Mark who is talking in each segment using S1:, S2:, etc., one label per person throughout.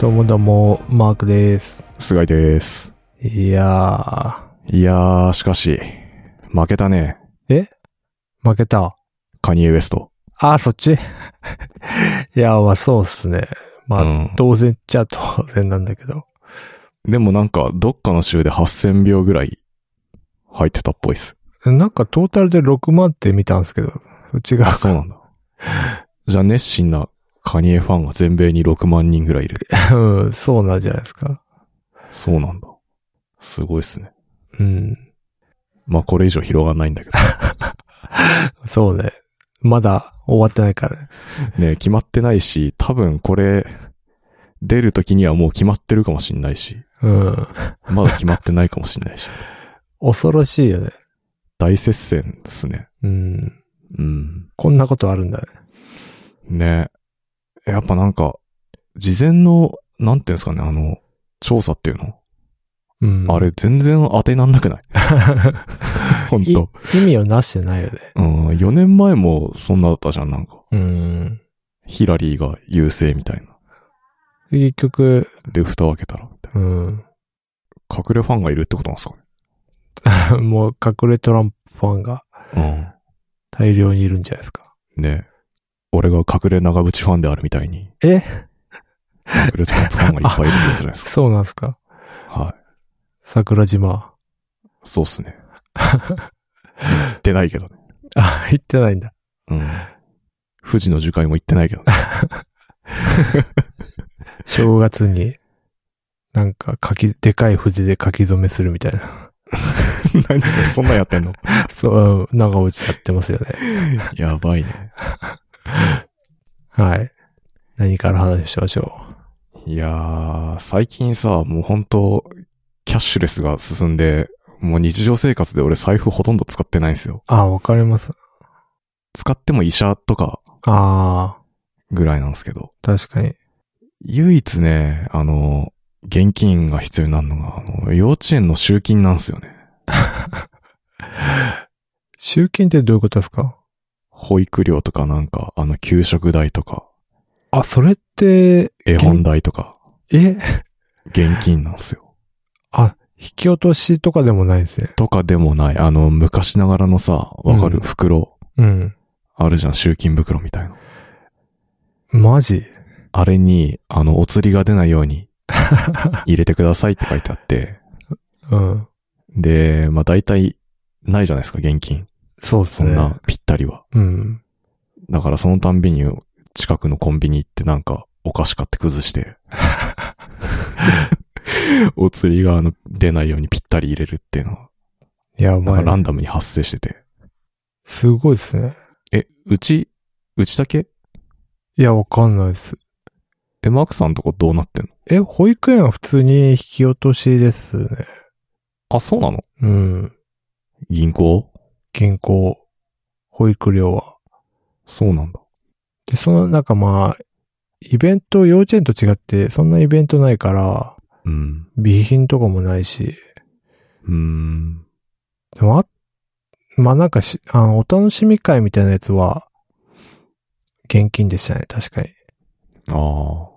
S1: どうもどうも、マークです。
S2: 菅井です。
S1: いや
S2: いやー、しかし、負けたね。
S1: ー、負けた。
S2: カニエ・ウエスト。
S1: あー、そっち いや、まあそうっすね。まあ、
S2: うん
S1: 当然っちゃ当然なんだけど。
S2: でもなんか、どっかの州で8000秒ぐらい入ってたっぽいっす。
S1: なんかトータルで6万って見たんですけど、違う。
S2: あ、そうなんだ。じゃあ熱心なカニエファンが全米に6万人ぐらいいる。
S1: うん、そうなんじゃないですか。
S2: そうなんだ。すごいっすね。
S1: うん。
S2: まあ、これ以上広がんないんだけど。
S1: そうね。まだ終わってないからね。
S2: ねえ決まってないし、多分これ、出る時にはもう決まってるかもしんないし、
S1: うん。
S2: まだ決まってないかもしんないし。
S1: 恐ろしいよね。
S2: 大接戦ですね。
S1: うん。
S2: うん。
S1: こんなことあるんだね。
S2: ね。やっぱなんか、事前の、なんていうんですかね、あの、調査っていうの、
S1: うん。
S2: あれ全然当てなんなく ないほん
S1: い
S2: と。
S1: 意味をなしてないよね。
S2: うん、4年前もそんなだったじゃん、なんか。
S1: うん。
S2: ヒラリーが優勢みたいな。
S1: 結局、
S2: で、蓋を開けたら、みたい
S1: う
S2: な。
S1: ん。
S2: 隠れファンがいるってことなんですか
S1: もう隠れトランプファンが
S2: ね。
S1: 大量にいるんじゃないですか。
S2: うん。ね俺が隠れ長渕ファンであるみたいに、
S1: え
S2: 隠れトランプファンがいっぱいいるってことじゃない ですか。
S1: そうなんですか
S2: はい。
S1: 桜島。
S2: そうっすね。言ってないけどね。
S1: あ、行ってないんだ。
S2: うん。富士の樹海も行ってないけどね。
S1: 正月に、なんか書き、でかい富士で書き初めするみたいな。
S2: 何それ、そんなんやってんの
S1: そう、うん長落ちやってますよね。
S2: やばいね。
S1: はい。何から話しましょ
S2: いやー、最近さ、もうほんと、キャッシュレスが進んで、もう日常生活で俺財布ほとんど使ってないんですよ。
S1: う。あ、わかります。
S2: 使っても医者とか
S1: あ
S2: ぐらいなんですけど。
S1: ー、確かに。
S2: 唯一ね、あの、現金が必要になるのが、あの、幼稚園の集金なんですよね。
S1: 集金ってどういうことですか
S2: 保育料とかなんか、あの、給食代とか、
S1: あ、それって、
S2: 絵本代とか、
S1: え
S2: 現金なんですよ。
S1: あ、引き落としとかでもないんですね。
S2: とかでもない、あの、昔ながらのさ、わか
S1: う
S2: る
S1: ん
S2: 袋、
S1: うん。
S2: あるじゃん、集金袋みたいな。
S1: マジ
S2: あれに、あの、お釣りが出ないよ うに入れてくださいって書いてあって、
S1: うん。
S2: で、まあ大体ないじゃないですか、現金。
S1: そうです
S2: そ
S1: ね。
S2: んなぴったりは。
S1: うん。
S2: だからそのたんびに近くのコンビニ行ってなんかお菓子買って 崩して、お釣りがあの出ないようにぴったり入れるっていうのは、
S1: や
S2: なん
S1: ば
S2: か
S1: い。
S2: ランダムに発生してて。
S1: すごいですね。
S2: え、うち、うちだけ
S1: いや、わかんないです。
S2: え、マークさんとこどうなってんの
S1: え、保育園は普通に引き落としですね。
S2: あ、そうなの
S1: うん。
S2: 銀行
S1: 銀行、保育料は。
S2: そうなんだ。
S1: で、その、なんかまあ、イベント、幼稚園と違って、そんなイベントないから、
S2: うん。
S1: 備品とかもないし、
S2: うーん。
S1: でもあ、まあなんかし、あの、お楽しみ会みたいなやつは、現金でしたね、確かに。
S2: ああ。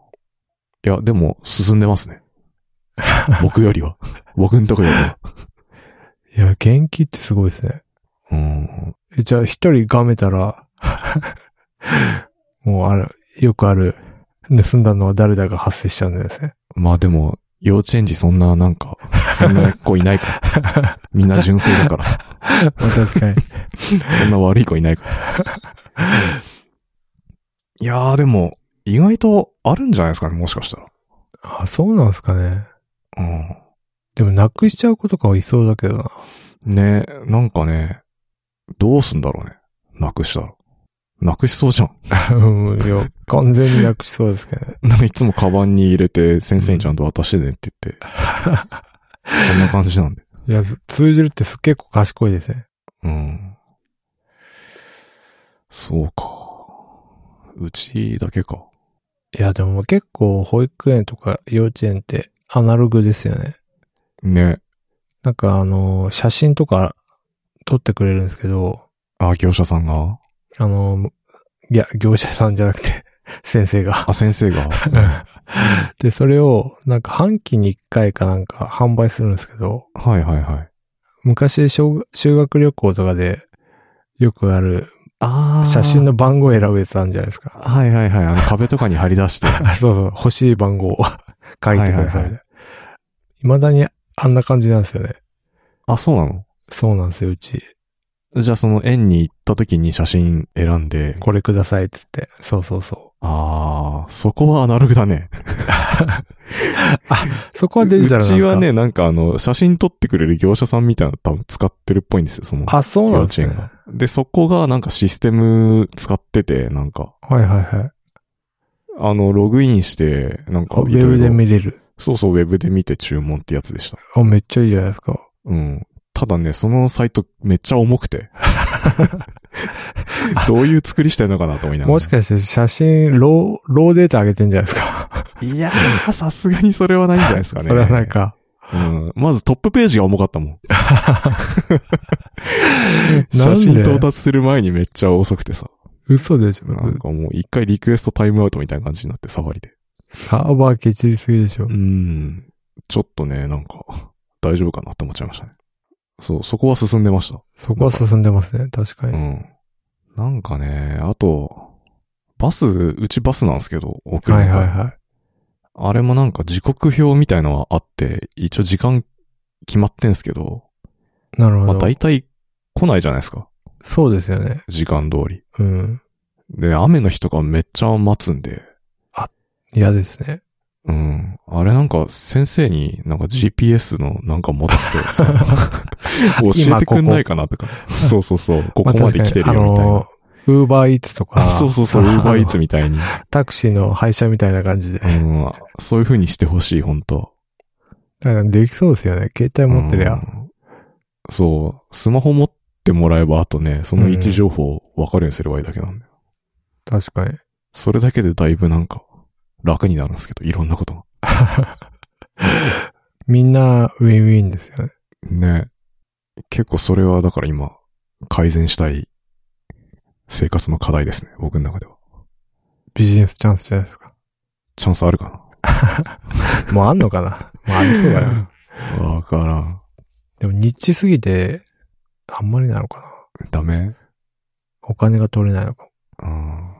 S2: いや、でも、進んでますね。 僕よりは。 僕んとこよりは。
S1: いや、現金ってすごいですね。
S2: うん。
S1: えじゃあ、一人がめたら、 もうある、よくある、盗んだのは誰だが発生しちゃうんですね。
S2: まあでも、幼稚園児そんな、なんか、そんな子いない から。みんな純粋だからさ。
S1: まあ確かに。
S2: そんな悪い子いないから。いやー、でも、意外とあるんじゃないですかね、もしかしたら。
S1: あ、そうなんですかね。
S2: うん。
S1: でも、なくしちゃう子とかはいそうだけどな。
S2: ねなんかね、どうすんだろうね。なくしたら。なくしそうじゃん。
S1: うん、いや、完全になくしそうですけどね。
S2: なんかいつもカバンに入れて、先生にちゃんと渡してねって言って。そんな感じなんで。
S1: いや、す通じるってす結構賢いですね。
S2: うん。そうか。うちだけか。
S1: いや、でも結構、保育園とか幼稚園ってアナログですよね。
S2: ね。
S1: なんか、あの、写真とか撮ってくれるんですけど、
S2: あ、業者さんが
S1: あの、いや、業者さんじゃなくて、 先生が。
S2: あ、先 生が。
S1: で、それを、なんか半期に一回かなんか販売するんですけど、
S2: はいはいはい。
S1: 昔小、修学旅行とかで、よくある、
S2: あ
S1: 写真。の番号選べてたんじゃないです か。
S2: はいはいはい。あの壁とかに貼り出して。
S1: そうそう、欲しい番号を 書いてくださいみたいな。
S2: はいはい
S1: 未だにあんな感じなんですよね。
S2: あ、そうなの
S1: そうなんですよ、うち。
S2: じゃあその園に行った時に写真選んで、
S1: これくださいって言って。そうそうそ
S2: ああ、そこはアナログだね。
S1: う。そこはデジタルなんですか
S2: うちはね、なんかあの、写真撮ってくれる業者さんみたいなの多分使ってるっぽいんですよ、その。
S1: あ、そう
S2: 幼
S1: なんで
S2: 稚
S1: す
S2: 園
S1: ね。
S2: が。で、そこがなんかシステム使ってて、なんか、
S1: はいはいはい。
S2: あの、ログインして、なん
S1: あ
S2: か
S1: ウ
S2: いろいろ、
S1: ェブで見れる。
S2: そうそう、ウェブで見て注文ってやつでした。
S1: あ、めっちゃいいじゃないですか。
S2: うん。ただね、そのサイトめっちゃ重く て。どういう作りしてるのかなと思いながら。
S1: もしかして写真、ロー、ローデータ上げてんじゃないですか。
S2: いやー、さすがにそれはないんじゃないですか ね。
S1: それはなんか、
S2: うん。まずトップページが重かったもん。
S1: な
S2: 写
S1: ん
S2: 真
S1: で
S2: 到達する前にめっちゃ遅くてさ。
S1: 嘘でしょ。
S2: なんかもう一回リクエストタイムアウトみたいな感じになって、サファリで。
S1: サーバーケチりすぎでしょ
S2: う。ん。ちょっとね、なんか、大丈夫かなって思っちゃいましたね。そう、そこは進んでました。
S1: そこは進んでますね、確か
S2: う
S1: に。
S2: ん。なんかね、あと、バス、うちバスなんですけど、送る
S1: は
S2: の
S1: い
S2: が
S1: はいはい。
S2: あれもなんか時刻表みたいのはあって、一応時間決まってんすけど、
S1: なるほ
S2: まあ
S1: ど。
S2: 大体来ないじゃないですか。
S1: そうですよね。
S2: 時間通り。
S1: うん。
S2: で、雨の日とかめっちゃ待つんで、
S1: 嫌ですね。
S2: うん。あれなんか先生になんか GPS のなんか持たせて、そ の教えてくんないかなとか。そうそう そう。ここまで来てるよみたいな。
S1: ウーバーイーツとか。
S2: あ そうそうそう、ウーバーイーツみたいに。
S1: あのタクシーの配車みたいな感じで。
S2: うん、そういう風にしてほしい、本当
S1: だからできそうですよね。携帯持ってり
S2: う
S1: ゃ。
S2: んそう。スマホ持ってもらえば、あとね、その位置情報分かるようにすればいいだけなんだよ。
S1: 確かに。
S2: それだけでだいぶなんか、楽になるんですけど、いろんなことが。
S1: みんなウィンウィンですよね。
S2: ね。結構それはだから今、改善したい生活の課題ですね、僕の中では。
S1: ビジネスチャンスじゃないですか。
S2: チャンスあるか
S1: もうあんのかなもうありそうだ よ。
S2: なわからん。
S1: でもニッチすぎて、あんまりなのかな。
S2: ダメ
S1: お金が取れないのかも。
S2: うん。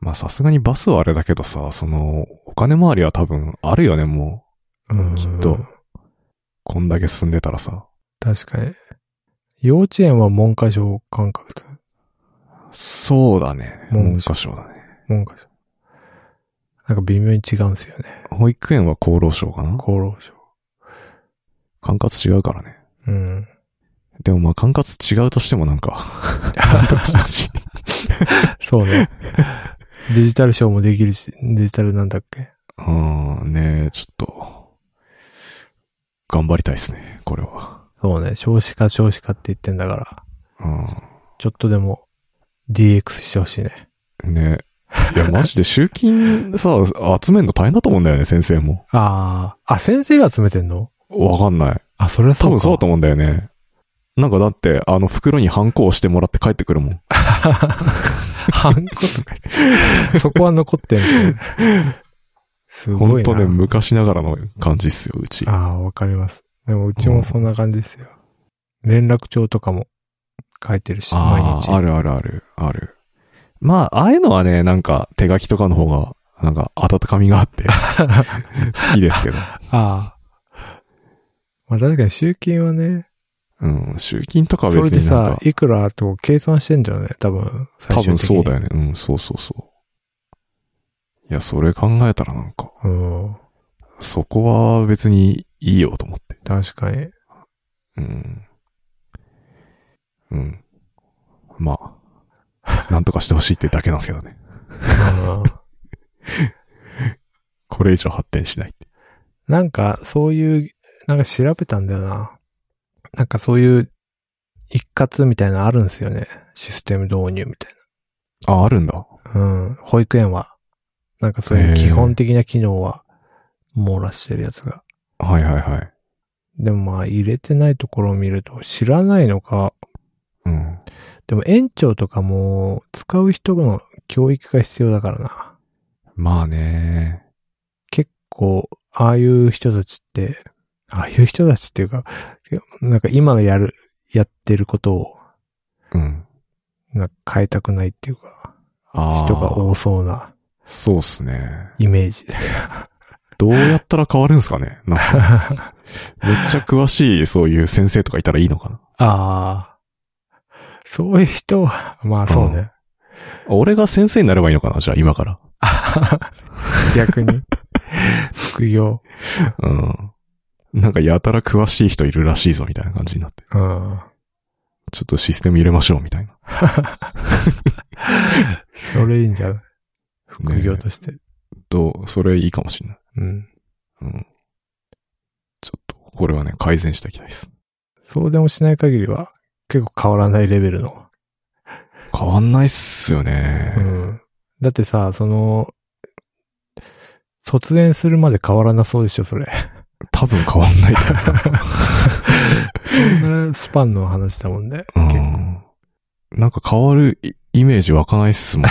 S2: まあさすがにバスはあれだけどさ、その、お金回りは多分あるよね、もう。
S1: うん
S2: きっと。こんだけ進んでたらさ。
S1: 確かに。幼稚園は文科省感覚と。
S2: そうだね。文
S1: 文
S2: 科
S1: 科
S2: 省だね。
S1: 文科省。なんか微妙に違うんですよね。
S2: 保育園は厚労省かな
S1: 厚労省。
S2: 管轄違うからね。
S1: うん。
S2: でもまあ管轄違うとしてもなん か、なんとかしてほしい。
S1: そうね。 デジタルショーもできるし、デジタルなんだっけ
S2: うん、ねえ、ちょっと、頑張りたいですね、これは。
S1: そうね。少子化少子化って言ってんだから、
S2: う
S1: ちょっとでも DX してほしいね。
S2: ん、ねえ。い や、マジで集金さ、集めんの大変だと思うんだよね、先生も。
S1: ああ、あ、先生が集めてんの
S2: わかんない。
S1: あ、それはそ
S2: 多
S1: うか。
S2: 分そうだと思うんだよね。なんかだって、あの袋にハンコをしてもらって帰ってくるもん。
S1: ハンコとか 言って。そこは残ってんすね。すご
S2: 本
S1: い
S2: 当
S1: な。
S2: ね、昔ながらの感じっすよ、うち。
S1: ああ、わかります。でもうちもそんな感じですよ。連絡帳とかも書いてるし、毎
S2: あ
S1: 日。
S2: あ、あるあるある、ある。まあ、ああいうのはね、なんか手書きとかの方が、なんか温かみがあ って、好きですけど。
S1: ああ。まあ確かに集金はね、
S2: うん、集金とかは
S1: それ
S2: 別
S1: で
S2: になん
S1: さ
S2: か、、
S1: いくらと計算してんだよね、多分、最
S2: 多
S1: 終
S2: 分
S1: 的
S2: そ
S1: に。
S2: うだよね。うん、そうそうそう。いや、それ考えたらなんか、
S1: うん。
S2: そこは別にいいよと思って。
S1: 確かに。
S2: うん。うん。ま あ、なんとかしてほしいってだけなんですけどね。
S1: うん
S2: これ以上発展しないって。
S1: なんか、そういう、なんか調べたんだよな。なんかそういう、一括みたいなのあるんですよね。システム導入みたい
S2: あ、あるんだ。
S1: な。うん。保育園は、なんかそういう基本的な機能は、網羅してるやつが。
S2: はいはいはい。
S1: でもまあ、入れてないところを見ると、知らないのか、
S2: うん。
S1: でも園長とかも、使う人の教育が必要だからな。
S2: まあね。
S1: 結構、ああいう人たちって、ああいう人たちっていうか、なんか今やる、やってることを、
S2: うん。
S1: なんか変えたくないっていうか、
S2: ああ。
S1: 人が多そうな
S2: そうっすね。
S1: イメージ。
S2: どうやったら変わるんすかねなんか めっちゃ詳しい、そういう先生とかいたらいいのかな
S1: ああ。そういう人は、まあそうね。
S2: 俺が先生になればいいのかなじゃあ今から。
S1: 逆 に。副業。
S2: うん。なんかやたら詳しい人いるらしいぞみたいな感じになって。
S1: うん。
S2: ちょっとシステム入れましょうみたいな。
S1: それいいんじゃない副業
S2: ね
S1: として。
S2: えと、それいいかもしんない。
S1: うん。
S2: うん。ちょっと、これはね、改善していきたいです。
S1: そうでもしない限りは、結構変わらないレベルの。
S2: 変わんないっすよね。
S1: うん。だってさ、その、卒園するまで変わらなそうでしょ、それ。
S2: 多分変わんないと思う。
S1: それスパンの話だもんね。
S2: う
S1: 結構
S2: んなんか変わるイイメージ湧かないっ すもんね。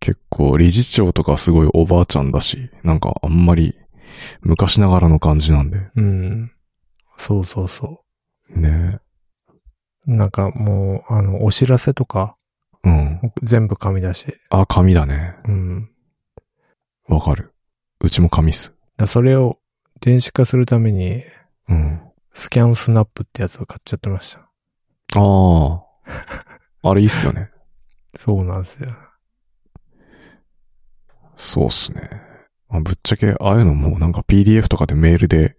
S2: 結構理事長とかすごいおばあちゃんだし、なんかあんまり昔ながらの感じなんで。
S1: うん。そうそうそ
S2: ね
S1: う。なんかもう、あの、お知らせとか、
S2: うん。
S1: 全部紙だし。
S2: あ、紙だね。
S1: うん。だか
S2: わかる。うちも紙っす。
S1: らそれを電子化するために、
S2: うん。
S1: スキャンスナップってやつを買っちゃってました。
S2: ああ。 あれいいっすよね。
S1: そうなんですよ。
S2: そうっすね。まあ、ぶっちゃけ、ああいうのもうなんか PDF とかでメールで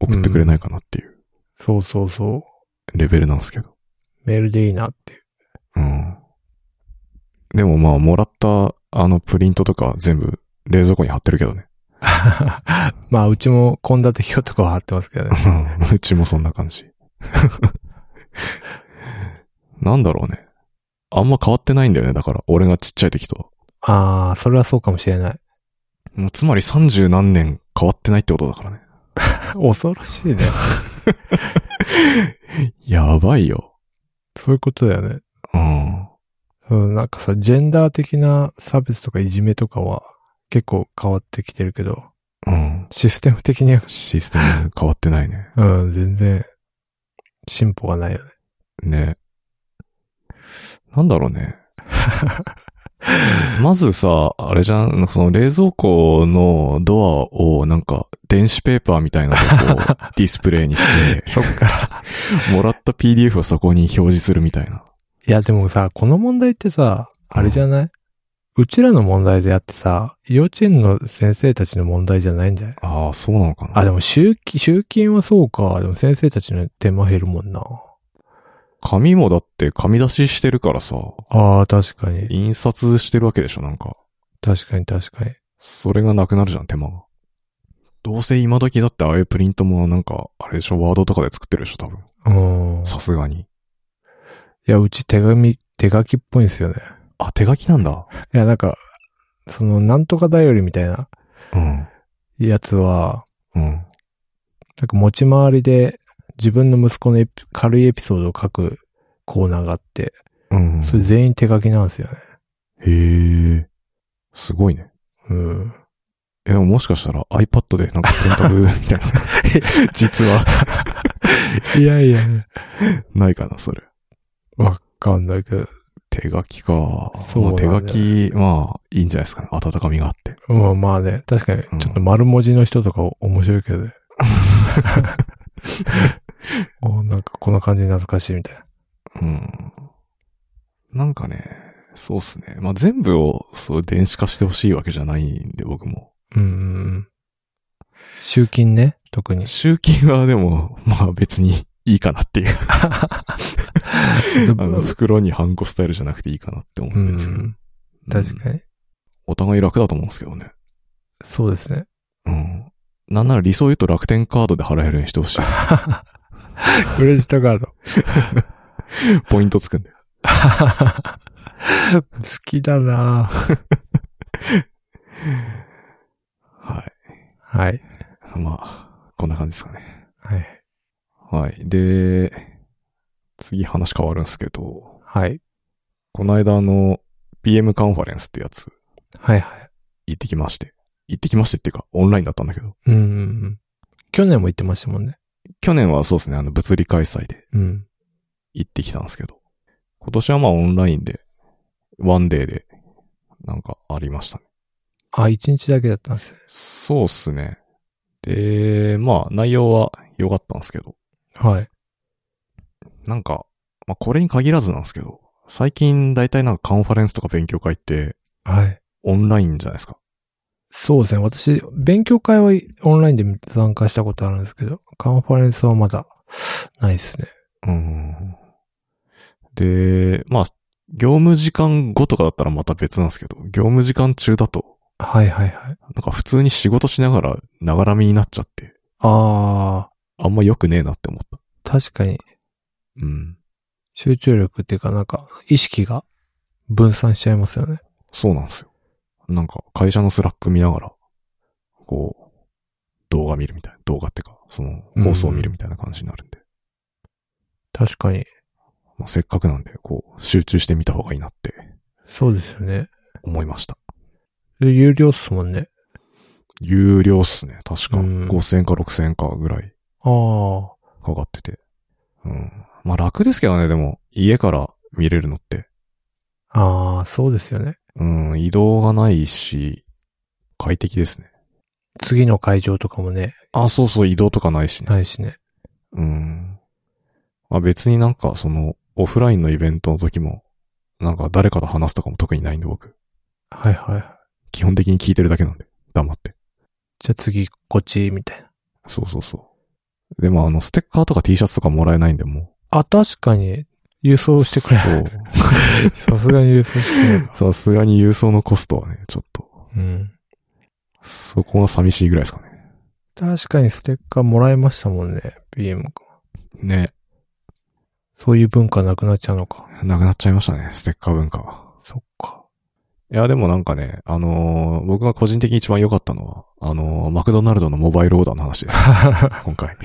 S2: 送ってくれないかなっていう
S1: そうそうそう。
S2: レベルなんですけど。
S1: メールでいいなっていう。
S2: うん。でもまあ、もらった、あの、プリントとか全部、冷蔵庫に貼ってるけどね。
S1: まあ、うちも献立表とかは貼ってますけどね。
S2: うんうちもそんな感じ。 なんだろうね。あんま変わってないんだよね。だから、俺がちっちゃい時と。
S1: ああ、それはそうかもしれない。
S2: もうつまり三十何年変わってないってことだからね。
S1: 恐ろしいね。
S2: やばいよ。
S1: そういうことだよね。
S2: う
S1: う
S2: ん。
S1: ん、なんかさ、ジェンダー的な差別とかいじめとかは結構変わってきてるけど、
S2: うん。
S1: システム的には、
S2: システム変わってないね。
S1: うん、全然進歩がないよね。
S2: ね。なんだろうね。 まずさ、あれじゃん、その冷蔵庫のドアをなんか電子ペーパーみたいな のをこうディスプレイにして、
S1: そっか。
S2: もらった PDF をそこに表示するみたいな。
S1: いや、でもさ、この問題ってさ、あれじゃない、うちらの問題であってさ、幼稚園の先生たちの問題じゃないんじゃない
S2: ああ、そうなのかな。
S1: あ、でも、集金、集金はそうか。でも、先生たちの手間減るもんな。
S2: 紙もだって紙出ししてるからさ、
S1: ああ、確かに。
S2: 印刷してるわけでしょ、なんか。
S1: 確かに、確かに。
S2: それがなくなるじゃん、手間が。どうせ今時だってああいうプリントもなんか、あれでしょ、ワードとかで作ってるでしょ、多分。
S1: うん。い
S2: さすがに。
S1: や、うち手紙、手書きっぽいんですよね。
S2: あ、手書きなんだ。
S1: いや、なんか、その、なんとかだよりみたいな
S2: うん。
S1: やつは、
S2: うん。
S1: なんか持ち回りで自分の息子のエピ軽いエピソードを書くコーナーがあって、
S2: うん。
S1: それ全員手書きなんですよね。
S2: へえ。すごいね。
S1: うん。
S2: え、でももしかしたら iPad でなんかプリントブーみたいな。 実は。
S1: いやいや、
S2: ないかな、それ。
S1: わかんないけど、
S2: 手書きか。
S1: そうなんだ
S2: ま
S1: よ
S2: あ手書き、まあ、いいんじゃないですかね。温かみがあって。
S1: まあまあね、確かに、ちょっと丸文字の人とか面白いけど ね。おなんかこの感じ懐かしいみたいな。
S2: うん。なんかね、そうっすね。まあ全部を、そう、電子化してほしいわけじゃないんで、僕も。
S1: うんうんうん。集金ね、特に。
S2: 集金はでも、 まあ別にいいかなっていう。 あの、袋にハンコスタイルじゃなくていいかなって思っ
S1: う
S2: てるんですけど。
S1: ん、確か
S2: に。
S1: に。
S2: お互い楽だと思うんですけどね。
S1: そうですね。
S2: うん。なんなら理想言うと楽天カードで払えるようにしてほしいです。
S1: クレジットカード。
S2: ポイントつくんで。
S1: 好きだなぁ
S2: は
S1: はい。
S2: い。まあ、こんな感じですかね。
S1: はい。
S2: はい。で、次話変わるんですけど、
S1: はい。
S2: この間あの、 PM カンファレンスってやつ、
S1: はいはい。
S2: 行ってきまして。行ってきましてっていうか、オンラインだったんだけど。
S1: うんうんうん。去年も行ってましたもんね。
S2: 去年はそうですね、あの、物理開催で
S1: うん。
S2: 行ってきたんですけど。今年はまあオンラインで、ワンデーで、なんかありましたね。
S1: あ、一日だけだったんですね。
S2: そうっすね。で、まあ内容は良かったんですけど。
S1: はい。
S2: なんか、まあこれに限らずなんですけど、最近大体なんかカンファレンスとか勉強会って、
S1: はい。
S2: オンラインじゃないですか。
S1: そうですね。私、勉強会はオンラインで参加したことあるんですけど、カンファレンスはまだないですね。
S2: うん。で、まあ、業務時間後とかだったらまた別なんですけど、業務時間中だと、
S1: はいはいはい。
S2: なんか普通に仕事しながら、ながらみになっちゃって、
S1: あ
S2: あんま良くねえなって思った。
S1: ー、確かに
S2: うん。
S1: 集中力っていうかなんか意識が分散しちゃいますよね。
S2: そうなんですよ。なんか会社のスラック見ながら、こう、動画見るみたいな、動画ってか、その放送を見るみたいな感じになるんで、
S1: 確かに。
S2: まあ、せっかくなんで、こう、集中してみた方がいいなって
S1: そうですよね。
S2: 思いました。
S1: で有料っすもんね。
S2: 有料っすね。確か、
S1: うん
S2: 5000円か6000円かぐらい
S1: あー。
S2: かかってて。うん。まあ楽ですけどね、でも、家から見れるのって。
S1: ああ、そうですよね。
S2: うん、移動がないし、快適ですね。
S1: 次の会場とかもね、
S2: あ、そうそう、移動とかないしね。
S1: ないしね。
S2: うん。まあ別になんか、その、オフラインのイベントの時も、なんか誰かと話すとかも特にないんで、僕。
S1: はいはい。
S2: 基本的に聞いてるだけなんで、黙って。
S1: じゃあ次、こっち、みたいな。
S2: そうそうそう。でもあの、ステッカーとか T シャツとかもらえないんで、も
S1: あ、確かに、郵
S2: う。
S1: 送してくれ。さすがに郵送して くれば。
S2: そう。さすがに郵送のコストはね、ちょっと、
S1: うん。
S2: そこが寂しいぐらいですかね。
S1: 確かにステッカーもらえましたもんね、BM 君。
S2: ね。
S1: そういう文化なくなっちゃうのか。
S2: なくなっちゃいましたね、ステッカー文化。
S1: そっか。
S2: いや、でもなんかね、あのー僕が個人的に一番良かったのは、あのーマクドナルドのモバイルオーダーの 話です。今回。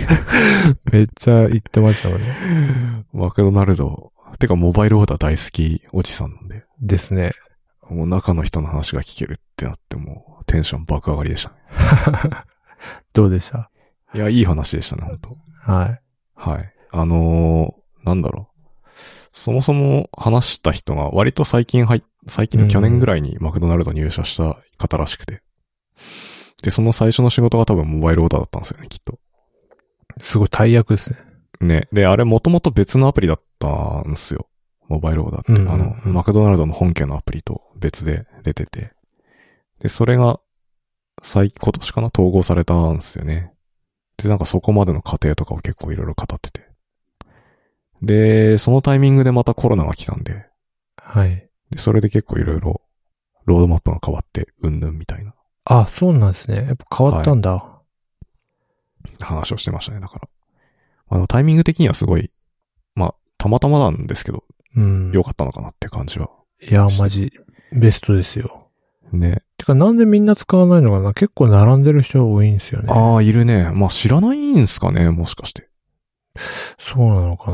S1: めっちゃ言ってましたもんね。
S2: マクドナルド、てかモバイルオーダー大好きおじさんなんで、
S1: ですね。
S2: もう中の人の話が聞けるってなってもうテンション爆上がりでしたね。
S1: どうでした
S2: いや、いい話でしたね、本当
S1: はい。
S2: はい。あのーなんだろう。そもそも話した人が割と最近入っ、最近
S1: う
S2: の
S1: ん
S2: 去年ぐらいにマクドナルド入社した方らしくて。で、その最初の仕事が多分モバイルオーダーだったんですよね、きっと。
S1: すごい大役ですね。
S2: ね。で、あれもともと別のアプリだったんですよ。モバイルオーダーって。
S1: うんうんうん
S2: あの、マクドナルドの本家のアプリと別で出てて。で、それが、最、今年かな統合されたんですよね。で、なんかそこまでの過程とかを結構いろいろ語ってて。で、そのタイミングでまたコロナが来たんで、
S1: はい。
S2: で、それで結構いろいろ、ロードマップが変わって、うんぬんみたいな
S1: あ、そうなんですね。やっぱ変わったんだ。
S2: 話をしてましたね、だから。あの、タイミング的にはすごい、まあ、たまたまなんですけど、
S1: うん。
S2: 良かったのかなって感じは。
S1: いや、マジ、ベストですよ。
S2: ね。
S1: てか、なんでみんな使わないのかな結構並んでる人多いんですよね。
S2: ああ、いるね。まあ、知らないんすかね、もしかして。
S1: そうなのか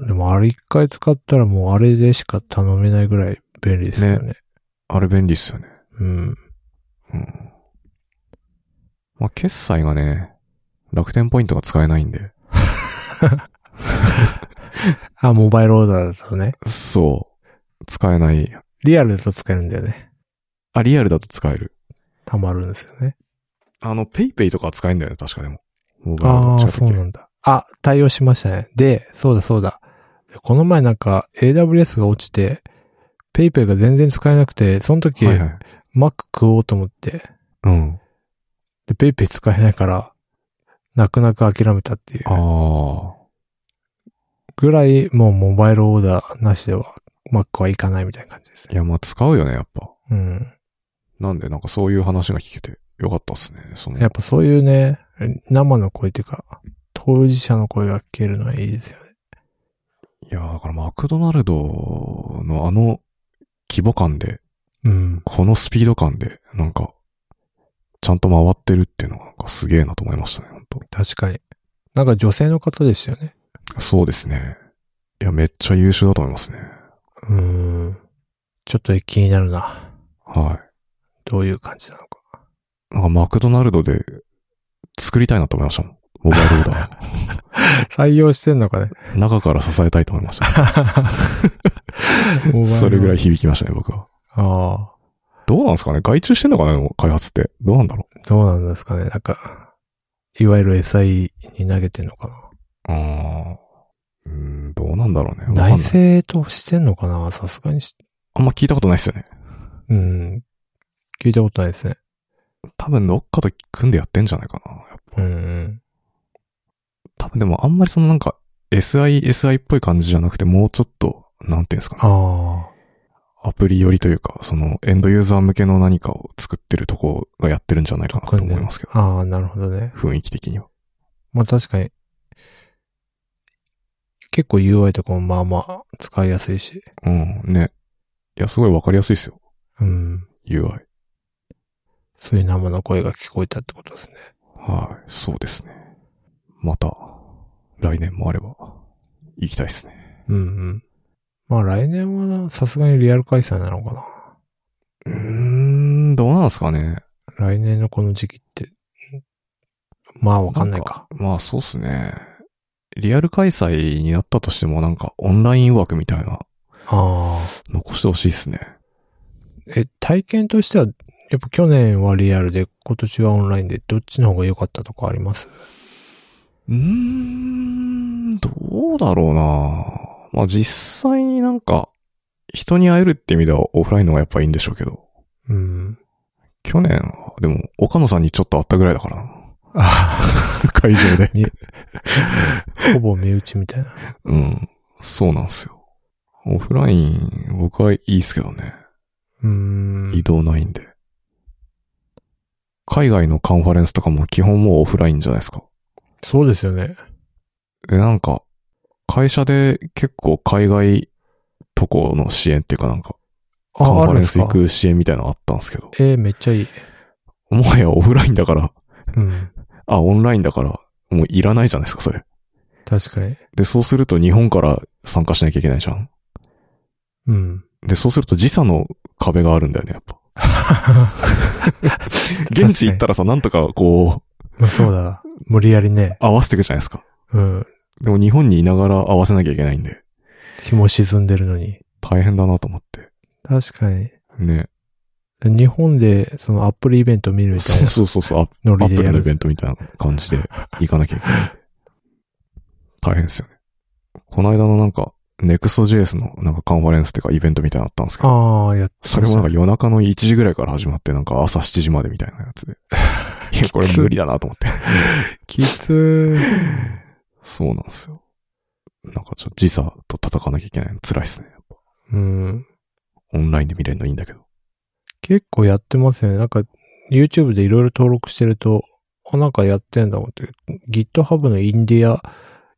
S1: なでも、あれ一回使ったらもうあれでしか頼めないぐらい便利ですよね。
S2: あれ便利っすよね。
S1: うん。
S2: うん。まあ、決済がね、楽天ポイントが使えないんで。
S1: あ、モバイルオーダーだとね。
S2: そう。使えない。
S1: リアルだと使えるんだよね。
S2: あ、リアルだと使える。
S1: たまるんですよね。
S2: あの、ペイペイとかは使えんだよね、確かでも。モバイル
S1: あ
S2: の
S1: あ
S2: 近
S1: ー、
S2: く
S1: そうなんだ。あ、対応しましたね。で、そうだそうだ。この前なんか AWS が落ちて、PayPay が全然使えなくて、その時、
S2: て。はいはい。
S1: Mac 食おうと思って、
S2: うん。
S1: で、PayPay 使えないから、泣く泣く諦めたっていう
S2: ああ。
S1: ぐらい、もうモバイルオーダーなしでは、Mac はいかないみたいな感じです
S2: い
S1: ね。
S2: や、まあ、使うよね、やっぱ。
S1: うん。
S2: なんで、なんかそういう話が聞けて、よかったっすね。その
S1: やっぱそういうね、生の声っていうか、当事者の声が聞けるのはいいですよね。
S2: いやー、だからマクドナルドのあの規模感で、
S1: うん。
S2: このスピード感で、なんか、ちゃんと回ってるっていうのがなんかすげえなと思いましたね、本
S1: 確かに。なんか女性の方でしたよね。
S2: 当そうですね。いや、めっちゃ優秀だと思いますね。
S1: うーん。ちょっと気になるな。
S2: は
S1: どういう感じなのか。
S2: い。なんかマクドナルドで作りたいなと思いましたもん。モバイルオーダー。
S1: 採用してんのかね。
S2: 中から支えたいと思いました。
S1: モバイル
S2: それぐらい。響きましたね、僕は。
S1: あ
S2: どうなんですかね外注してんのかなでも開発って。どうなんだろ
S1: あ、どうなんですかね。なんか、いわゆる SI に投げてんのかな。
S2: う。あーうーん、どうなんだろうね。わかんない
S1: 内政としてんのかなさすがにし、
S2: あんま聞いたことないですよね。
S1: うん。聞いたことないですね。
S2: 多分どっかと組んでやってんじゃないかな。やっぱ
S1: うんうん。
S2: 多分でもあんまりそのなんか SI、SI っぽい感じじゃなくてもうちょっと、なんていうんですかね。
S1: あ
S2: アプリ寄りというか、そのエンドユーザー向けの何かを作ってるとこがやってるんじゃないかなと思いますけど
S1: あ、。ああ、なるほどね。
S2: 雰囲気的には。
S1: まあ確かに、結構 UI とかもまあまあ使いやすいし。
S2: うん、ね。いや、すごいわかりやすいですよ。
S1: うん。
S2: UI。
S1: そういう生の声が聞こえたってことですね。
S2: はい、そうですね。また、来年もあれば、行きたいですね。
S1: うんうん。まあ来年はなさすがにリアル開催なのかな。
S2: うーん、どうなんですかね。
S1: 来年のこの時期って、まあわかんないか。
S2: まあ、そうっすね。リアル開催になったとしても、なんか、オンライン枠みたいな、
S1: ああ。
S2: 残してほしいですね。
S1: え、体験としては、やっぱ去年はリアルで、今年はオンラインで、どっちの方が良かったとかあります
S2: うーん、どうだろうなまあ、実際になんか、人に会えるって意味ではオフラインの方がやっぱいいんでしょうけど、
S1: うん。
S2: 去年は、でも、岡野さんにちょっと会ったぐらいだからな。会場で。
S1: ほぼ身内みたいな。
S2: うん。そうなんですよ。オフライン、僕はいいっすけどね。
S1: うー
S2: 移
S1: ん。
S2: 動ないんで。海外のカンファレンスとかも基本もうオフラインじゃないですか。
S1: そうですよね。
S2: で、なんか、会社で結構海外渡航の支援っていうかなんか、カンフ
S1: あ、あ
S2: ァ
S1: るん
S2: レ
S1: で
S2: ン
S1: す
S2: ス
S1: か
S2: 行く支援みたいなのあったんですけど、
S1: えーめっちゃいい。
S2: もはやオフラインだから、
S1: うん。
S2: あ、オンラインだから、もういらないじゃないですか、それ。
S1: 確かに。
S2: で、そうすると日本から参加しなきゃいけないじゃん。
S1: うん。
S2: で、そうすると時差の壁があるんだよね、やっぱ。現地行ったらさ、なんとかこう、
S1: まあそうだ。無理やりね。
S2: 合わせていくじゃないですか。
S1: うん。
S2: でも日本にいながら合わせなきゃいけないんで、
S1: 日も沈んでるのに。
S2: 大変だなと思って。
S1: 確かに。
S2: ね。
S1: 日本で、そのアップルイベント見るみたい
S2: そう
S1: な
S2: そうそうそ う、アッ
S1: ノ
S2: ア
S1: リ
S2: ップ
S1: でや
S2: ルのイベ
S1: る。
S2: ントみたいな感じで行かなきゃいけないんで。大変ですよね。この間のなんか、NEXTJS のなんかカンファレンスっていうかイベントみたいなのあったんですけど、
S1: ああ、やってました
S2: それもなんか夜中の1時ぐらいから始まってなんか朝7時までみたいなやつ で。いや、これ無理だなと 思って。
S1: きつー。
S2: そうなんですよ。なんかちょっと時差と戦わなきゃいけないの辛いっすね。やっぱ
S1: うん。
S2: オンラインで見れるのいいんだけど。
S1: 結構やってますよね。なんか、YouTube でいろいろ登録してると、あ、なんかやってんだもんって、GitHub のインディア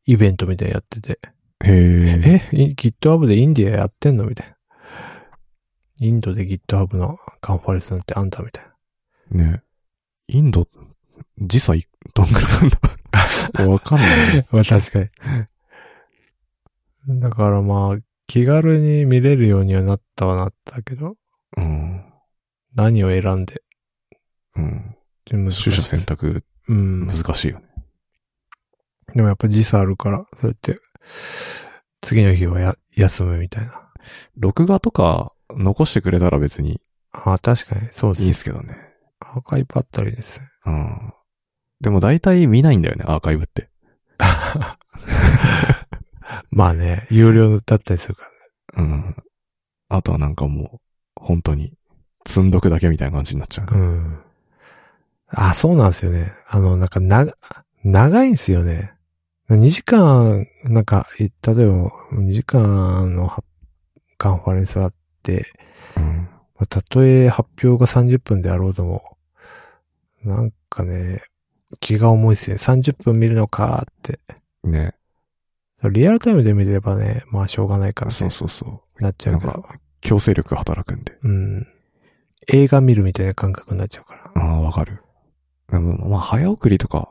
S1: イベントみたいなのやってて、
S2: へえ。
S1: え、い GitHub でインディアやってんのみたいな。インドで GitHub のカンファレンスなんてあんだみたいな。
S2: ねインド、時差いどんぐらいなん だわかんない。
S1: まあ確かに。だ からまあ、気軽に見れるようにはなったはなったけど、
S2: うん。
S1: 何を選んで、
S2: うん。
S1: 難しい
S2: 取捨選。択
S1: うん
S2: 難。しいよね。
S1: でもやっぱ時差あるから、そうやって、次の日はや休むみたいな。
S2: 録画とか残してくれたら別に
S1: ああ、確かに、そうで
S2: いいん
S1: す。
S2: すけどね。
S1: アーカイブあったりですね。
S2: うん。でも大体見ないんだよね、アーカイブって。
S1: まあね、有料だったりするからね。
S2: うん。あとはなんかもう、本当に、積んどくだけみたいな感じになっちゃう。
S1: うん。あ、そうなんですよね。あの、なんか、な、長いんですよね。2時間、なんか、え例えば、2時間のはカンファレンスがあって、
S2: うん。
S1: まあたとえ発表が30分であろうとも、なんかね、気が重いですね。30分見るのかって。
S2: ね。
S1: そうリアルタイムで見ればね、まあしょうがないから、
S2: そうそうそ
S1: なっち
S2: う。
S1: ゃ
S2: な
S1: うんから
S2: か。、強制力が働くんで。
S1: うん。映画見るみたいな感覚になっちゃうから。
S2: ああ、わかる。でもまあ、早送りとか。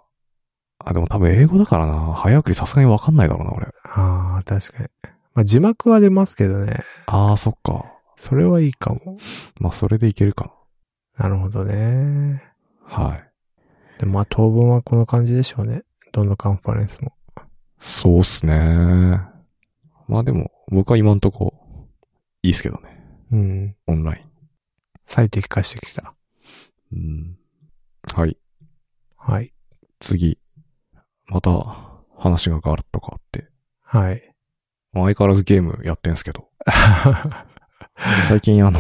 S2: あ、でも多分英語だからな。早送りさすがにわかんないだろうな、俺。
S1: ああ、確かに。まあ字幕は出ますけどね。
S2: ああ、そっか。
S1: それはいいかも。
S2: まあ、それでいけるか
S1: なるほどね。
S2: な。はい。
S1: でもまあ当分はこの感じでしょうね。どのカンファレンスも。
S2: そうっすね。まあでも、僕は今んとこ、いいっすけどね。
S1: うん。
S2: オンライ
S1: 最適化してきた。
S2: ン。うん。はい。
S1: はい。
S2: 次。また、話がガラッと変わって。
S1: はい。
S2: まあ相変わらずゲームやってんすけど。最近あの、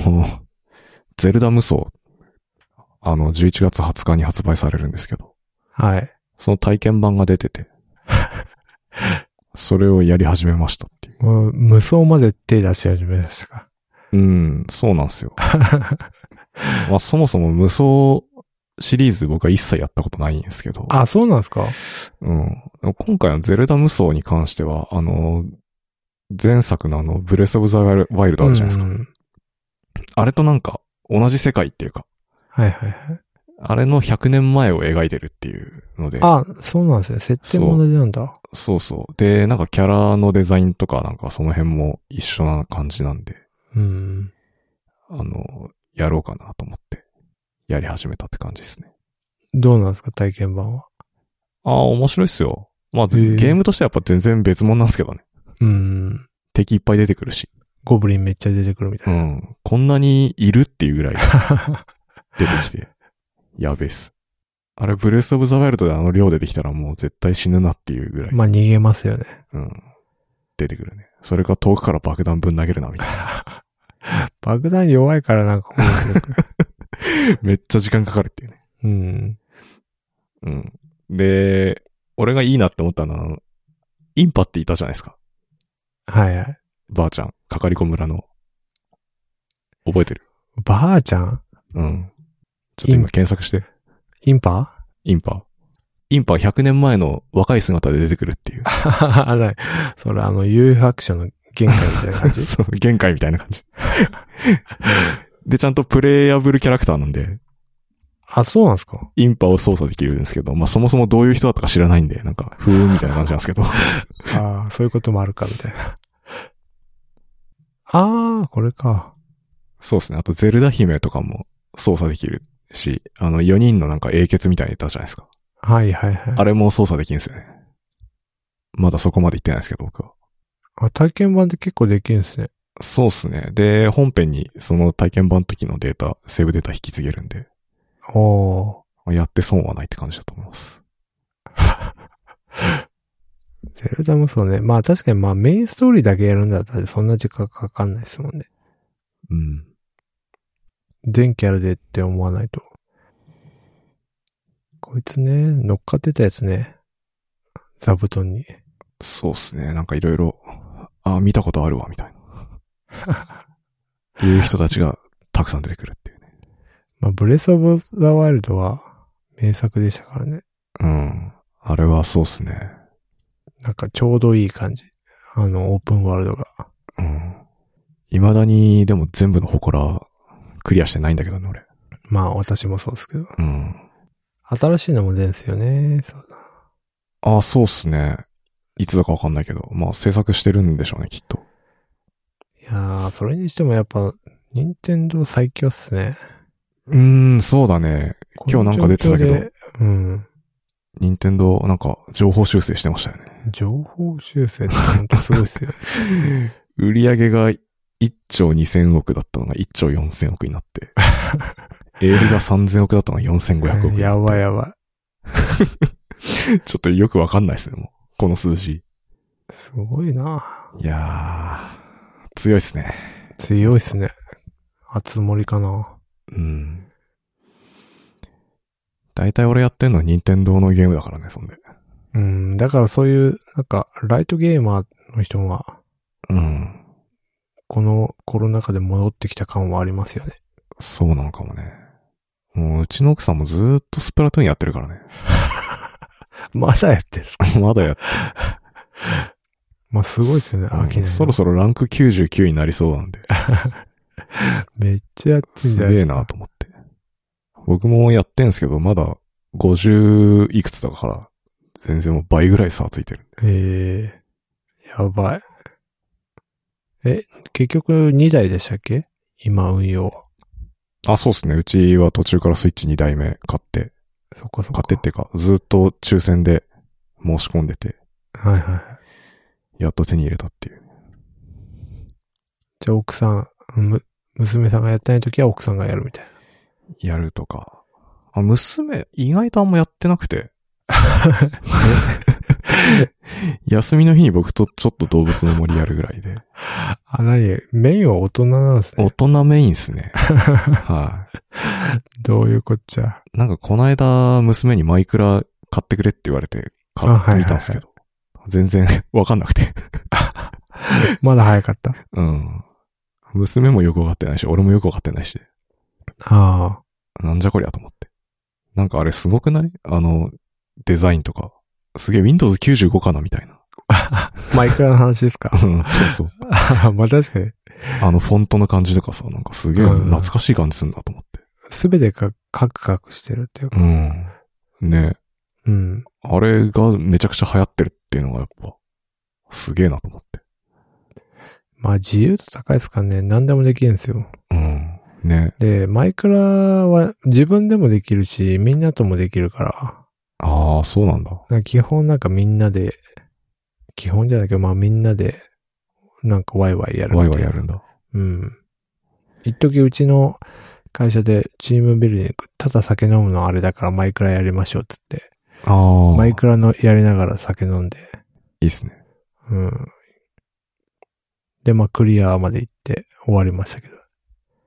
S2: ゼルダ無双、あの、11月20日に発売されるんですけど、
S1: はい。
S2: その体験版が出てて、それをやり始めましたっていう。
S1: もう無双まで手出し始めましたか。
S2: うん、そうなんですよ。まあそもそも無双シリーズ僕は一切やったことないんですけど、
S1: あ、そうなんですか
S2: うん、今回のゼルダ無双に関しては、あの、前作のあの、ブレスオブザワイルドあるじゃないですか。
S1: うん
S2: あれとなんか、同じ世界っていうか、
S1: はいはいはい。
S2: あれの100年前を描いてるっていうので、
S1: あ、そうなんですね。設定も同じなんだ。
S2: そうそう。で、なんかキャラのデザインとかなんかその辺も一緒な感じなんで、
S1: うん。
S2: あの、やろうかなと思って、やり始めたって感じですね。
S1: どうなんですか体験版は。
S2: ああ、面白いっすよ。まあ、ゲ
S1: ー
S2: ームとしてはやっぱ全然別物なんですけどね。
S1: うん。
S2: 敵いっぱい出てくるし。
S1: ゴブリンめっちゃ出てくるみた
S2: う
S1: いな。
S2: ん。こんなにいるっていうぐらい出てきて、 やべえっす。あれ、ブレスオブザワイルドであの量出てきたらもう絶対死ぬなっていうぐらい、
S1: まあ逃げますよね。
S2: うん。出てくるね。それか遠くから爆弾ぶん投げるな、みたいな。
S1: 爆弾弱いからなんか面白く。
S2: めっちゃ時間かかるっていうね。
S1: うん。
S2: うん。で、俺がいいなって思ったのは、インパっていたじゃないですか。
S1: はいはい。
S2: ばあちゃん。かかりこ村の。覚えてる
S1: ばあちゃん
S2: うん。ちょっと今
S1: イン
S2: 検索して。
S1: インパ
S2: インパ。インパ100年前の若い姿で出てくるっていう。
S1: あれ、それあの、有白書の限界みたいな感じ。
S2: そう、限界みたいな感じ。で、ちゃんとプレイアブルキャラクターなんで、
S1: あ、そうなんですか
S2: インパを操作できるんですけど、まあそもそもどういう人だったか知らないんで、なんか、ふーんみたいな感じなんですけど。
S1: ああ、そういうこともあるか、みたいな。 ああ、これか。
S2: そうですね。あと、ゼルダ姫とかも操作できるし、あの、4人のなんか英傑みたいにいたじゃないですか。
S1: はいはいはい。
S2: あれも操作できるんですよね。まだそこまで行ってないですけど、僕は。
S1: あ体験版で結構できるんですね。
S2: そうですね。で、本編にその体験版の時のデータ、セーブデータ引き継げるんで、
S1: おお
S2: やって損はないって感じだと思います。
S1: ー。ゼルダもそうね。まあ確かにまあメインストーリーだけやるんだったらそんな時間かかんないですもんね。
S2: うん。
S1: 全キャラでって思わないと。こいつね、乗っかってたやつね。座布団に。
S2: そうですね。なんかいろいろ、あ、見たことあるわ、みたいな。いう人たちがたくさん出てくるっていうね。
S1: まあ、ブレスオブザワイルドは名作でしたからね。
S2: うん。あれはそうですね。
S1: なんかちょうどいい感じ。あの、オープンワールドが。
S2: うん。未だに、でも全部の祠、クリアしてないんだけどね、俺。
S1: まあ、私もそうですけど。
S2: うん。
S1: 新しいのも出るんですよね。そうだ。
S2: あ、そうっすね。いつだかわかんないけど、まあ制作してるんでしょうね、きっと。
S1: いやー、それにしてもやっぱ、任天堂最強っすね。
S2: うーん、そうだね。今日なんか出てたけ
S1: こ
S2: ど
S1: の状況で。うん。
S2: 任天堂なんか情報修正してましたよね。
S1: 情報修正ってほんとすごいっすよ ね。
S2: 売り上げが1兆2000億だったのが1兆4000億にな って。営利が3000億だったのが4500億。
S1: やばいやば
S2: ちょっとよくわかんないですね、もう。この数字。
S1: い。すごいない
S2: やー、強いっすね。
S1: 強いっすね。熱盛かな。
S2: うん。大体俺やってんのは任天堂のゲームだからね、そんで。
S1: うん。だからそういう、なんか、ライトゲーマーの人は、
S2: うん。
S1: このコロナ禍で戻ってきた感はありますよね。
S2: そうなのかもね。もううちの奥さんもずーっとスプラトゥーンやってるからね。
S1: まだやってる。
S2: まだやって
S1: まあ、すごいですよね。飽き
S2: う
S1: なんい。
S2: そろそろランク99になりそうなんで。
S1: めっちゃやってん
S2: す
S1: じゃ
S2: げえ
S1: い
S2: なと思って。僕もやってんすけど、まだ50いくつだから、全然もう倍ぐらい差ついてる。
S1: ええやばい。え、結局2台でしたっけ今運用。
S2: あ、そうですね。うちは途中からスイッチ2台目買って、
S1: そこそこ。
S2: 買ってっていうか、ずっと抽選で申し込んでて、
S1: はいはい。
S2: やっと手に入れたっていう。
S1: じゃあ奥さん、む、娘さんがやってない時は奥さんがやるみたい
S2: やるとか。あ、娘、意外とあんまやってなくて。 休みの日に僕とちょっと動物の森やるぐらいで。
S1: な。あ、なに、メインは大人なんですね。
S2: 大人メインっすね。は
S1: どういうこっちゃ。
S2: い。なんかこの間、娘にマイクラ買ってくれって言われて、買
S1: あはいはいはい
S2: ってみたんですけど。全然 わかんなくて。
S1: まだ早かった。
S2: うん。娘もよくわかってないし、俺もよくわかってないし。
S1: あ
S2: なんじゃこりゃと思って。なんかあれすごくないあの、デザインとか。すげえ Windows 95かなみた いな。
S1: あ。マイクラの話ですか
S2: うん、そうそう。
S1: まあ確かに、
S2: あのフォントの感じとかさ、なんかすげえ
S1: うん
S2: 懐かしい感じすんなと思って。
S1: すべてがカクカクしてるっていうか。
S2: うん。ね
S1: うん。
S2: あれがめちゃくちゃ流行ってるっていうのがやっぱ、すげえなと思って。
S1: まあ自由度高いですからね。何でもできるんですよ。
S2: うん。ね
S1: で、マイクラは自分でもできるし、みんなともできるから。だか
S2: ああ、そうなんだ。
S1: ら基本なんかみんなで、基本じゃないけど、まあみんなで、なんかワイワイやるみ
S2: ワ
S1: た
S2: イ
S1: いな
S2: ワイやるんだ。
S1: うん。一時うちの会社でチームビルディング、ただ酒飲むのあれだからマイクラやりましょうっつって、
S2: ああ。
S1: マイクラのやりながら酒飲んで、
S2: いいっすね。
S1: うん。で、まあクリアまで行って終わりましたけど。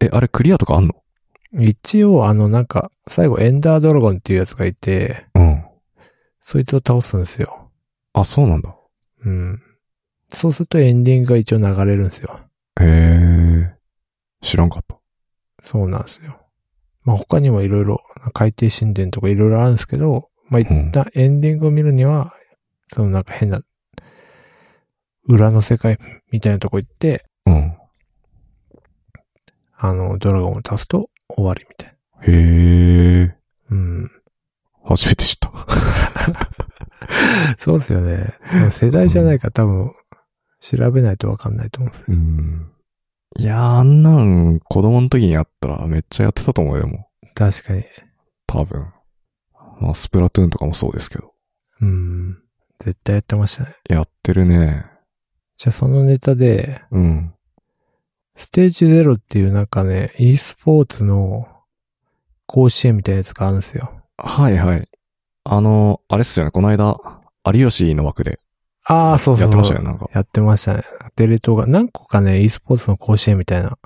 S2: え、あれクリアとかあんの
S1: 一応あのなんか、最後エンダードラゴンっていうやつがいて、
S2: うん。
S1: そいつを倒すんですよ。
S2: あ、そうなんだ。
S1: うん。そうするとエンディングが一応流れるんですよ。
S2: へえ。知らんかった。
S1: そうなんですよ。まあ他にもいろいろ、海底神殿とかいろいろあるんですけど、まあ一旦エンディングを見るには、そのなんか変な、裏の世界みたいなとこ行って、
S2: うん。
S1: あの、ドラゴンを倒すと終わりみたい
S2: へえ。
S1: な。うん。
S2: 初めて知った。
S1: そうですよね。でも世代じゃないから多分、調べないとわかんないと思うんですよ。
S2: うん。いやー、あんなん、子供の時にやったらめっちゃやってたと思うよ、でも。
S1: 確かに。
S2: 多分。まあ、スプラトゥーンとかもそうですけど。
S1: うん。絶対やってましたね。
S2: やってるね。
S1: じゃあそのネタで、
S2: うん。
S1: ステージゼロっていうなんかね、e スポーツの甲子園みたいなやつがあるんですよ。
S2: はいはい。あの、あれっすよね、この間、有吉の枠で
S1: ああ、そうそうそう。
S2: やってましたよ、なんか。
S1: やってましたね。テレ東が何個かね、e スポーツの甲子園みたいな、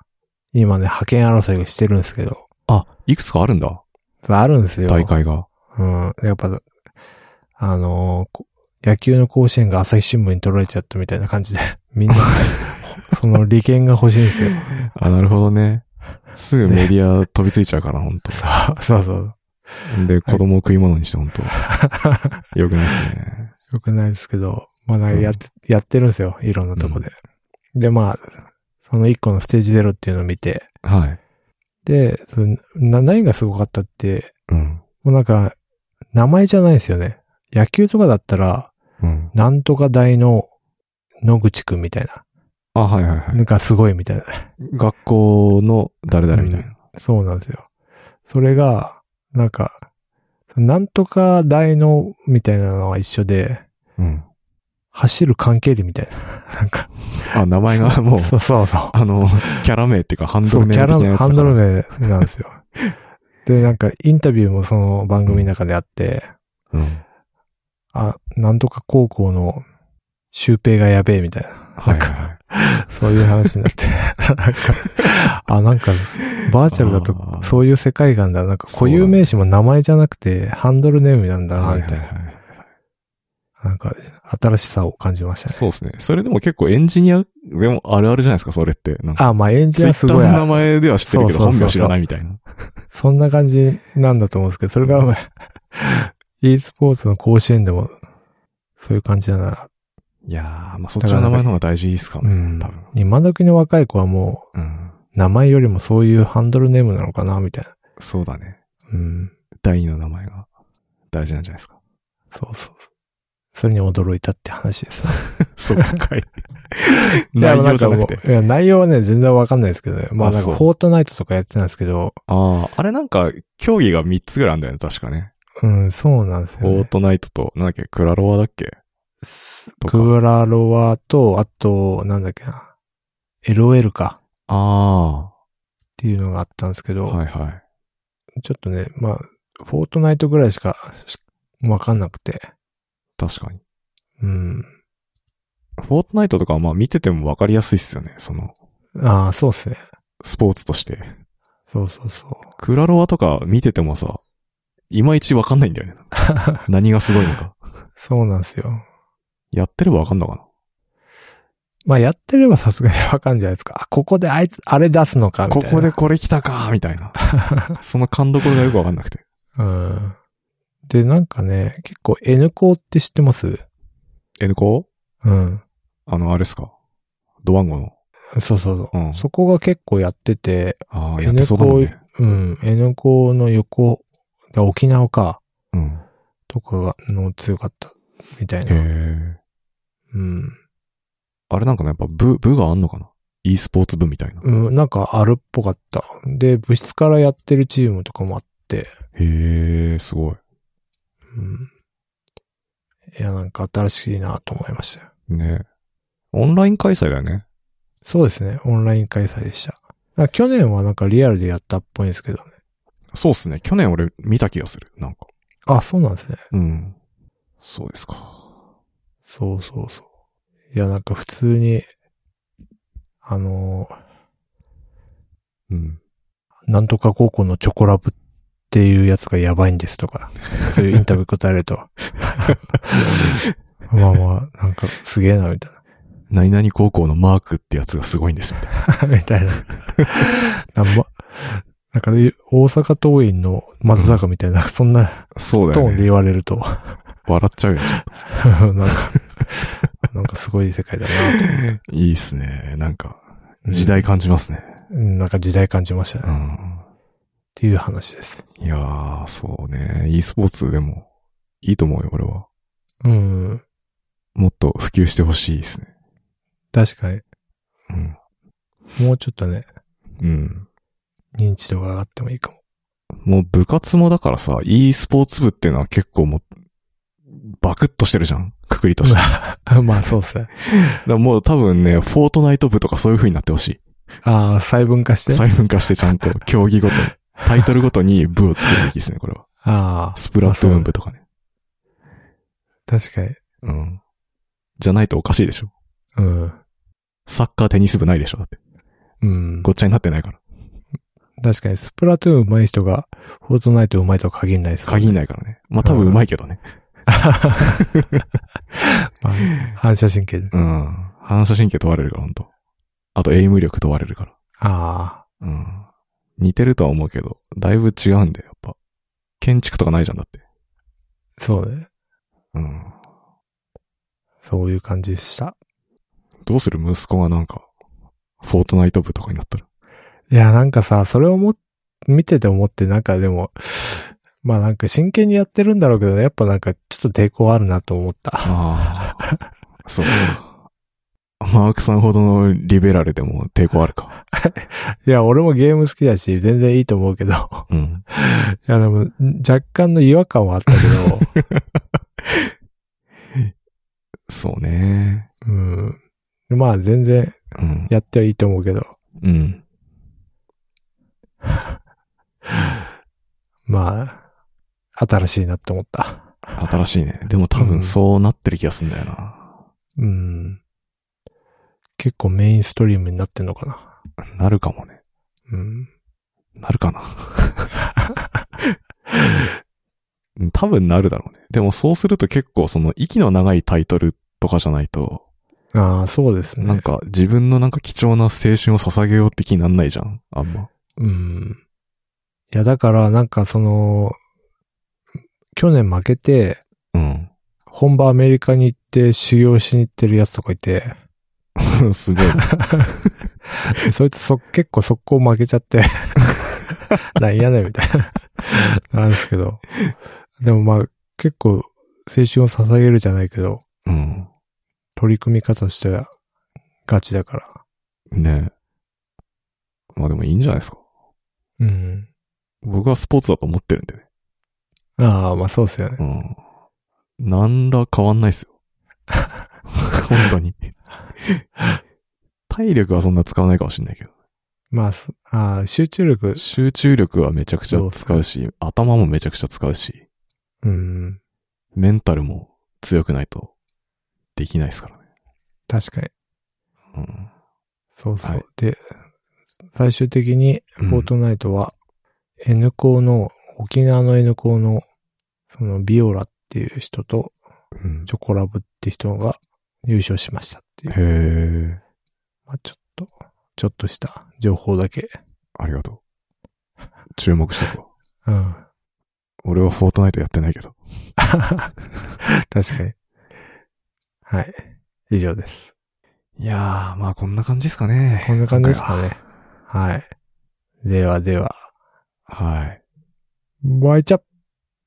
S1: 今ね、派遣争いがしてるんですけど、
S2: あ、いくつかあるんだ、
S1: そうあるんですよ。
S2: 大会が。
S1: うん。やっぱ、あのーこ野球の甲子園が朝日新聞に取られちゃったみたいな感じで、 みんな、その利権が欲しいんですよ。
S2: あ、なるほどね。すぐメディア飛びついちゃうから、ほんと。
S1: そうそうそう。
S2: で、子供を食い物にして、ほ んと。よくないっすね。
S1: よくないですけど、まあなんかやって、やってるんですよ。いろんなとこで。で、まあ、その一個のステージゼロっていうのを見て、
S2: はい。
S1: で、そのな何がすごかったって、
S2: うん。
S1: もうなんか、名前じゃないですよね。野球とかだったら、
S2: うん。
S1: なんとか大の野口くんみたいな。
S2: あ、はいはいはい
S1: な。んかすごいみたいな。
S2: 学校の誰々みたいな。
S1: そうなんですよ。それが、なんか、なんとか大のみたいなのは一緒で、
S2: うん。
S1: 走る関係りみたいな。 なんか、
S2: あ、名前がもう、
S1: そうそうそう。
S2: あの、キャラ名っていうか、ハンド
S1: そ
S2: ル
S1: う、
S2: 名
S1: キ
S2: 的
S1: ャ
S2: なやつ
S1: ラ、
S2: だ
S1: ハンドル名なんですよ。で、なんか、インタビューもその番組の中であって、
S2: うん。
S1: あ、なんとか高校のシュウペイがやべえみたいな。
S2: はいは
S1: そういう話になって。なんか、あ、なんか、バーチャルだ
S2: あ
S1: と
S2: ー、
S1: そういう世界観だ。なんか、固有名詞も名前じゃなくて、ハンドルネームなん
S2: い。
S1: だな、
S2: は
S1: み
S2: い
S1: たいな。
S2: はいはい。
S1: なんか、新しさを感じましたね。
S2: そうですね。それでも結構エンジニア、でもあるあるじゃないですか、それって。なんか、
S1: あ、まあ、エンジ
S2: ツ
S1: ニア
S2: イッ
S1: す
S2: ター
S1: ごい、
S2: の名前では知ってるけど、
S1: そうそうそう
S2: 本名知らないみたいな。
S1: そんな感じなんだと思うんですけど、それが、e スポーツの甲子園でも、そういう感じだな。
S2: いやー、まあそっちの名前の方が大事ですか
S1: う
S2: ね
S1: ん、
S2: 多分。。
S1: 今時の若い子はも
S2: うん。
S1: う、名前よりもそういうハンドルネームなのかな、みたいな。
S2: そうだね。
S1: うん。
S2: 第二の名前が大事なんじゃないですか。
S1: そうそうそう。それに驚いたって話です。
S2: そうかい。 内容じゃなくて。
S1: いや、内容はね、全然わかんないですけどね。まあ
S2: あ
S1: なん
S2: そ
S1: か、
S2: う
S1: フォートナイトとかやってたんですけど、
S2: ああ、あれなんか、競技が3つぐらいあんだよね、確かね。
S1: うん、そうなんですよ、
S2: フォー
S1: ね。
S2: トナイトと、なんだっけ、クラロワだっけとか
S1: クラロワと、あと、なんだっけな、LOL かっ
S2: あ
S1: ていうのがあったんですけ
S2: あ、
S1: ど、
S2: はいはい。
S1: ちょっとね、まあ、フォートナイトぐらいしかしわかんなくて、
S2: 確かに。
S1: うん。
S2: フォートナイトとかはまあ見ててもわかりやすいっすよね、その、
S1: ああ、そうっすね。
S2: スポーツとして。
S1: そうそうそう。
S2: クラロワとか見ててもさ、いまいちわかんないんだよ ね。何がすごいのか。
S1: そうなんですよ。
S2: やってればわかんのかな。
S1: まあ、やってればさすがに わかんじゃないですか。あ、ここであいつ、あれ出すのか、みたい
S2: こ
S1: な。
S2: こでこれ来たか、みた いな。その勘どころがよくわかんなくて。
S1: うん。で、なんかね、結構 N 校って知ってます
S2: N 校
S1: うん。
S2: あの、あれっすか。ドワンゴの。
S1: そうそうそう。
S2: うん
S1: そこが結構やってて、
S2: ああ、やってそうだもんね。
S1: うん。N 校の横、だ沖縄か、
S2: うん。
S1: とかが、の強かった、みたいな。
S2: へえ。
S1: うん。
S2: あれなんかね、やっぱ部、部があんのかな ?e スポーツ部みたいな。
S1: うん、なんかあるっぽかった。で、部室からやってるチームとかもあって、
S2: へえ、すごい。
S1: うん。いや、なんか新しいなと思いましたよ。
S2: ねオンライン開催だよね。
S1: そうですね。オンライン開催でした。あ去年はなんかリアルでやったっぽいんですけどね。
S2: そうっすね。去年俺見た気がする。なんか。
S1: あ、そうなんですね。
S2: うん。そうですか。
S1: そうそうそう。いや、なんか普通に、あの
S2: うん。
S1: ーなんとか高校のチョコラブっていうやつがやばいんですとか、そういうインタビュー答えると。 まあまあ、なんかすげえな、みたい
S2: 何々高校のマークってやつがすごいんです、みたいな。
S1: な。 みたいな。なんま、なんかね大阪桐蔭の松坂みたいな、そんな
S2: そう
S1: ト
S2: だよ
S1: ーンで
S2: ね。
S1: 言われると、
S2: 笑っちゃうよ、ちょっ
S1: なんか、なんかすごい世界だなと思って
S2: と。いいっすね。なんか、時代感じますね。
S1: うんなんか時代感じましたね。
S2: う
S1: っ
S2: ん。
S1: ていう話です。
S2: いやー、そうね。e スポーツでもいいと思うよ、俺は。
S1: うん。
S2: もっと普及してほしいですね。
S1: 確かに。
S2: うん。
S1: もうちょっとね、
S2: うん。
S1: 認知度が上がってもいいかも。
S2: もう部活もだからさ、e スポーツ部っていうのは結構もう、バクッとしてるじゃんくくりとして。だ か
S1: まあそうっすね。
S2: らもう多分ね、フォートナイト部とかそういう風になってほし
S1: ああ、細分化し
S2: い。
S1: て。
S2: 細分化してちゃんと、競技ごとに、タイトルごとに部を作るべきですね、これは。
S1: ああ、
S2: スプラトゥーン部とかね。
S1: 確かに。
S2: うん。じゃないとおかしいでしょ。
S1: うん。
S2: サッカーテニス部ないでしょ、だって。
S1: うん
S2: ご。っちゃになってないから。
S1: 確かに、スプラトゥーン上手い人が、フォートナイト上手いとは限らないですもんね、
S2: 限んないからね。まあ多分上手いけどね。
S1: まあ反射神経で。
S2: うん。反射神経問われるから、ほんと。あと、エイム力問われるから。
S1: ああ、
S2: うん。似てるとは思うけど、だいぶ違うんだよ、やっぱ。建築とかないじゃんだって。
S1: そうね。
S2: うん。
S1: そういう感じでした。
S2: どうする息子がなんか、フォートナイト部とかになったら。
S1: いや、なんかさ、それをも、見てて思って、なんかでも、まあなんか真剣にやってるんだろうけどね、やっぱなんかちょっと抵抗あるなと思った。
S2: ああ。 そうか。マークさんほどのリベラルでも抵抗あるか。
S1: いや、俺もゲーム好きだし、全然いいと思うけど。
S2: うん。
S1: いや、でも、若干の違和感はあったけど、
S2: そうね。
S1: うん。まあ、全然、
S2: うん。
S1: やってはいいと思うけど、
S2: うん。
S1: まあ、新しいなって思った。
S2: 新しいね。でも多分そうなってる気がすんだよな。
S1: うん。結構メインストリームになってんのかな。
S2: なるかもね。
S1: うん。
S2: なるかな うん多分なるだろうね。でもそうすると結構その息の長いタイトルとかじゃないと、
S1: ああ、そうですね。
S2: なんか自分のなんか貴重な青春を捧げようって気になんないじゃん。あんま。
S1: うん。いや、だから、なんかその、去年負けて、
S2: う
S1: 本場アメリカに行って修行しに行ってるやつとかいて、
S2: ん。 すごい。
S1: そいつそ、結構速攻負けちゃって、 なんやねんみたいな、なんですけど。でもまあ、結構、青春を捧げるじゃないけど、
S2: うん。
S1: 取り組み方としてはガチだから。
S2: ねえ。まあでもいいんじゃないですか。
S1: うん。
S2: 僕はスポーツだと思ってるんでね。
S1: ああ、まあそうですよね。
S2: うん。何ら変わんないっすよ。本当に。体力はそんな使わないかもしんないけど。
S1: まあ、すああ集中力、
S2: 集中力はめちゃくちゃ使うし、頭もめちゃくちゃ使うし、
S1: うん、
S2: メンタルも強くないとできないですからね。
S1: 確かに。
S2: うん
S1: そうそう。
S2: はい
S1: で、最終的に、
S2: うん
S1: フォートナイトは、N 校の、沖縄の N 校の、その、ビオラっていう人と、
S2: うん。
S1: チョコラブって人が優勝しましたっていう、
S2: へえ、
S1: まあ、ちょっと、ちょっとした情報だけ。
S2: ありがとう。注目してくわ。
S1: うん。
S2: 俺はフォートナイトやってないけど。
S1: 確かに。はい。以上です。
S2: いやー、まあこんな感じですかね。
S1: こんな感じですかね。はい。ではでは、
S2: 今回は。はい。
S1: バイチャップ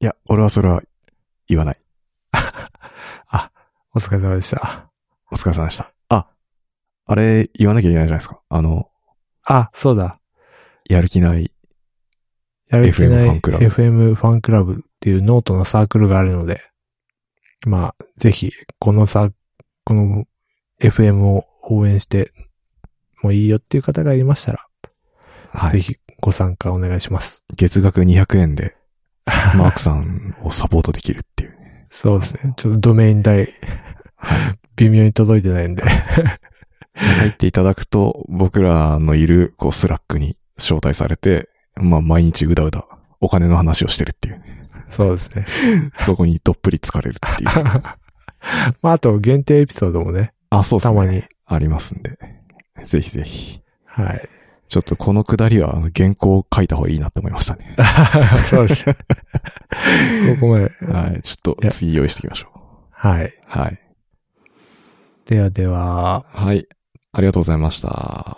S2: いや、俺はそれは言わない。
S1: お疲れ様でした。
S2: お疲れ様でした。あ、あれ言わなきゃいけないじゃないですか。あの、
S1: あ、そうだ。
S2: やる気ない。
S1: やる気な
S2: FM
S1: い
S2: ファンクラブ
S1: FM ファンクラブっていうノートのサークルがあるので、まあ、ぜひ、このサーこの FM を応援してもういいよっていう方がいましたら、
S2: は
S1: ぜ
S2: い。
S1: ひご参加お願いします。
S2: 月額200円で、マークさんをサポートできるっていう。
S1: そうですね。ちょっとドメイン代、 微妙に届いてないんで。
S2: 入っていただくと、僕らのいる、こう、スラックに招待されて、まあ、毎日うだうだ、お金の話をしてるっていうね。
S1: そうですね。
S2: そこにどっぷり疲れるっていう。
S1: まあ、あと、限定エピソードもね、
S2: あ、そうです
S1: た
S2: ね。
S1: まに。
S2: ありますんで。ぜひぜひ。
S1: はい。
S2: ちょっとこのくだりは、あの原稿を書いた方がいいなって思いました ね。
S1: そう ですね。ここまで。
S2: はい。ちょっ
S1: い
S2: と
S1: や
S2: 次用意していきましょう。
S1: はい。
S2: はい。
S1: ではでは。
S2: はい。ありがとうございました。